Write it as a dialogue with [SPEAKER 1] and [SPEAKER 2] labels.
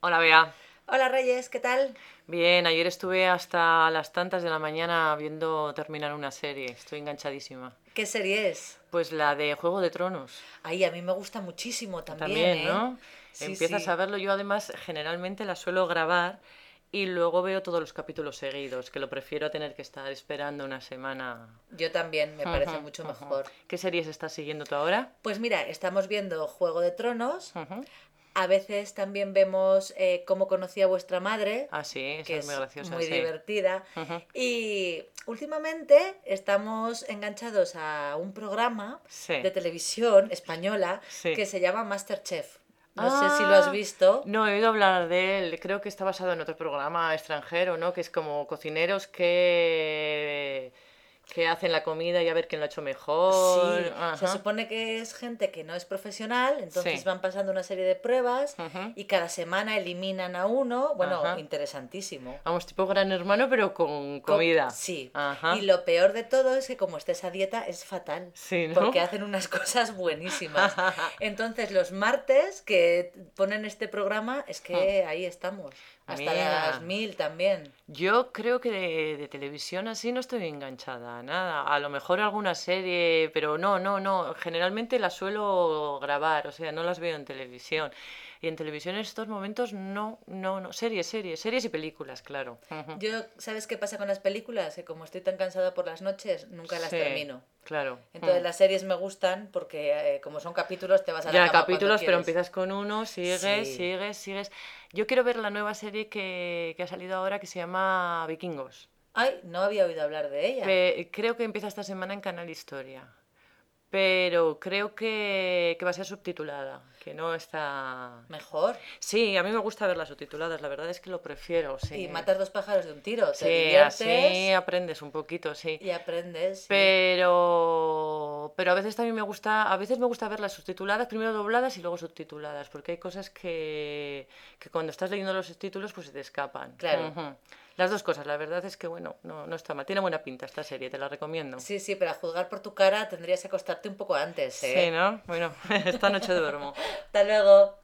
[SPEAKER 1] Hola, Bea.
[SPEAKER 2] Hola Reyes, ¿qué tal?
[SPEAKER 1] Bien, ayer estuve hasta las tantas de la mañana viendo terminar una serie. Estoy enganchadísima.
[SPEAKER 2] ¿Qué serie es?
[SPEAKER 1] Pues la de Juego de Tronos.
[SPEAKER 2] Ay, a mí me gusta muchísimo también.
[SPEAKER 1] También,
[SPEAKER 2] ¿eh?
[SPEAKER 1] ¿no?
[SPEAKER 2] Sí,
[SPEAKER 1] Empiezas
[SPEAKER 2] sí.
[SPEAKER 1] a verlo. Yo además generalmente la suelo grabar y luego veo todos los capítulos seguidos, que lo prefiero a tener que estar esperando una semana.
[SPEAKER 2] Yo también, me parece
[SPEAKER 1] Ujú,
[SPEAKER 2] mucho
[SPEAKER 1] ujú.
[SPEAKER 2] mejor.
[SPEAKER 1] ¿Qué series estás siguiendo tú ahora?
[SPEAKER 2] Pues mira, estamos viendo Juego de Tronos.
[SPEAKER 1] Ujú.
[SPEAKER 2] A veces también vemos eh, cómo conocía vuestra madre,
[SPEAKER 1] Ah, sí, esa
[SPEAKER 2] que
[SPEAKER 1] es muy graciosa.
[SPEAKER 2] muy
[SPEAKER 1] sí.
[SPEAKER 2] divertida.
[SPEAKER 1] Ujú.
[SPEAKER 2] Y últimamente estamos enganchados a un programa
[SPEAKER 1] Sí.
[SPEAKER 2] de televisión española
[SPEAKER 1] Sí.
[SPEAKER 2] que se llama Masterchef. No sé
[SPEAKER 1] Ah,
[SPEAKER 2] si lo has visto.
[SPEAKER 1] No, he oído hablar de él. Creo que está basado en otro programa extranjero, ¿no? Que es como cocineros que, que hacen la comida y a ver quién lo ha hecho mejor.
[SPEAKER 2] Sí,
[SPEAKER 1] Ajá.
[SPEAKER 2] se supone que es gente que no es profesional, entonces
[SPEAKER 1] Sí.
[SPEAKER 2] van pasando una serie de pruebas
[SPEAKER 1] Ujú.
[SPEAKER 2] y cada semana eliminan a uno. Bueno,
[SPEAKER 1] Ajá.
[SPEAKER 2] interesantísimo.
[SPEAKER 1] Vamos, tipo gran hermano, pero con
[SPEAKER 2] Co-
[SPEAKER 1] comida.
[SPEAKER 2] Sí.
[SPEAKER 1] Ajá.
[SPEAKER 2] Y lo peor de todo es que como está esa dieta es fatal.
[SPEAKER 1] Sí, ¿no?
[SPEAKER 2] Porque hacen unas cosas buenísimas. Entonces los martes que ponen este programa es que ahí estamos. Hasta
[SPEAKER 1] Mm. Mira.
[SPEAKER 2] las mil también.
[SPEAKER 1] Yo creo que de, de televisión así no estoy enganchada, nada. A lo mejor alguna serie, pero no, no, no. Generalmente las suelo grabar, o sea, no las veo en televisión. Y en televisión en estos momentos no, no, no. Series, series, series y películas, claro. Ujú.
[SPEAKER 2] Yo, ¿sabes qué pasa con las películas? Que como estoy tan cansada por las noches, nunca las
[SPEAKER 1] Sí,
[SPEAKER 2] termino.
[SPEAKER 1] Claro.
[SPEAKER 2] Entonces
[SPEAKER 1] Mm.
[SPEAKER 2] las series me gustan porque eh, como son capítulos te vas a la
[SPEAKER 1] Ya
[SPEAKER 2] cama
[SPEAKER 1] capítulos,
[SPEAKER 2] cuando
[SPEAKER 1] pero
[SPEAKER 2] quieres.
[SPEAKER 1] empiezas con uno, sigues,
[SPEAKER 2] Sí.
[SPEAKER 1] sigues, sigues. Yo quiero ver la nueva serie que, que ha salido ahora que se llama Vikingos.
[SPEAKER 2] Ay, no había oído hablar de ella.
[SPEAKER 1] Pe- creo que empieza esta semana en Canal Historia. Pero creo que, que va a ser subtitulada, que no está...
[SPEAKER 2] Mejor.
[SPEAKER 1] Sí, a mí me gusta verlas subtituladas, la verdad es que lo prefiero, sí.
[SPEAKER 2] Y matas dos pájaros de un tiro. Te
[SPEAKER 1] Sí,
[SPEAKER 2] diviertes
[SPEAKER 1] así aprendes un poquito, sí.
[SPEAKER 2] y aprendes. sí.
[SPEAKER 1] Pero, pero a veces también me gusta, a veces me gusta verlas subtituladas, primero dobladas y luego subtituladas, porque hay cosas que, que cuando estás leyendo los subtítulos pues se te escapan.
[SPEAKER 2] Claro.
[SPEAKER 1] Ujú. Las dos cosas, la verdad es que bueno, no, no está mal. Tiene buena pinta esta serie, te la recomiendo.
[SPEAKER 2] Sí, sí, pero a juzgar por tu cara tendrías que acostarte un poco antes,
[SPEAKER 1] Sí,
[SPEAKER 2] ¿eh?
[SPEAKER 1] ¿no? Bueno, esta noche duermo.
[SPEAKER 2] Hasta luego.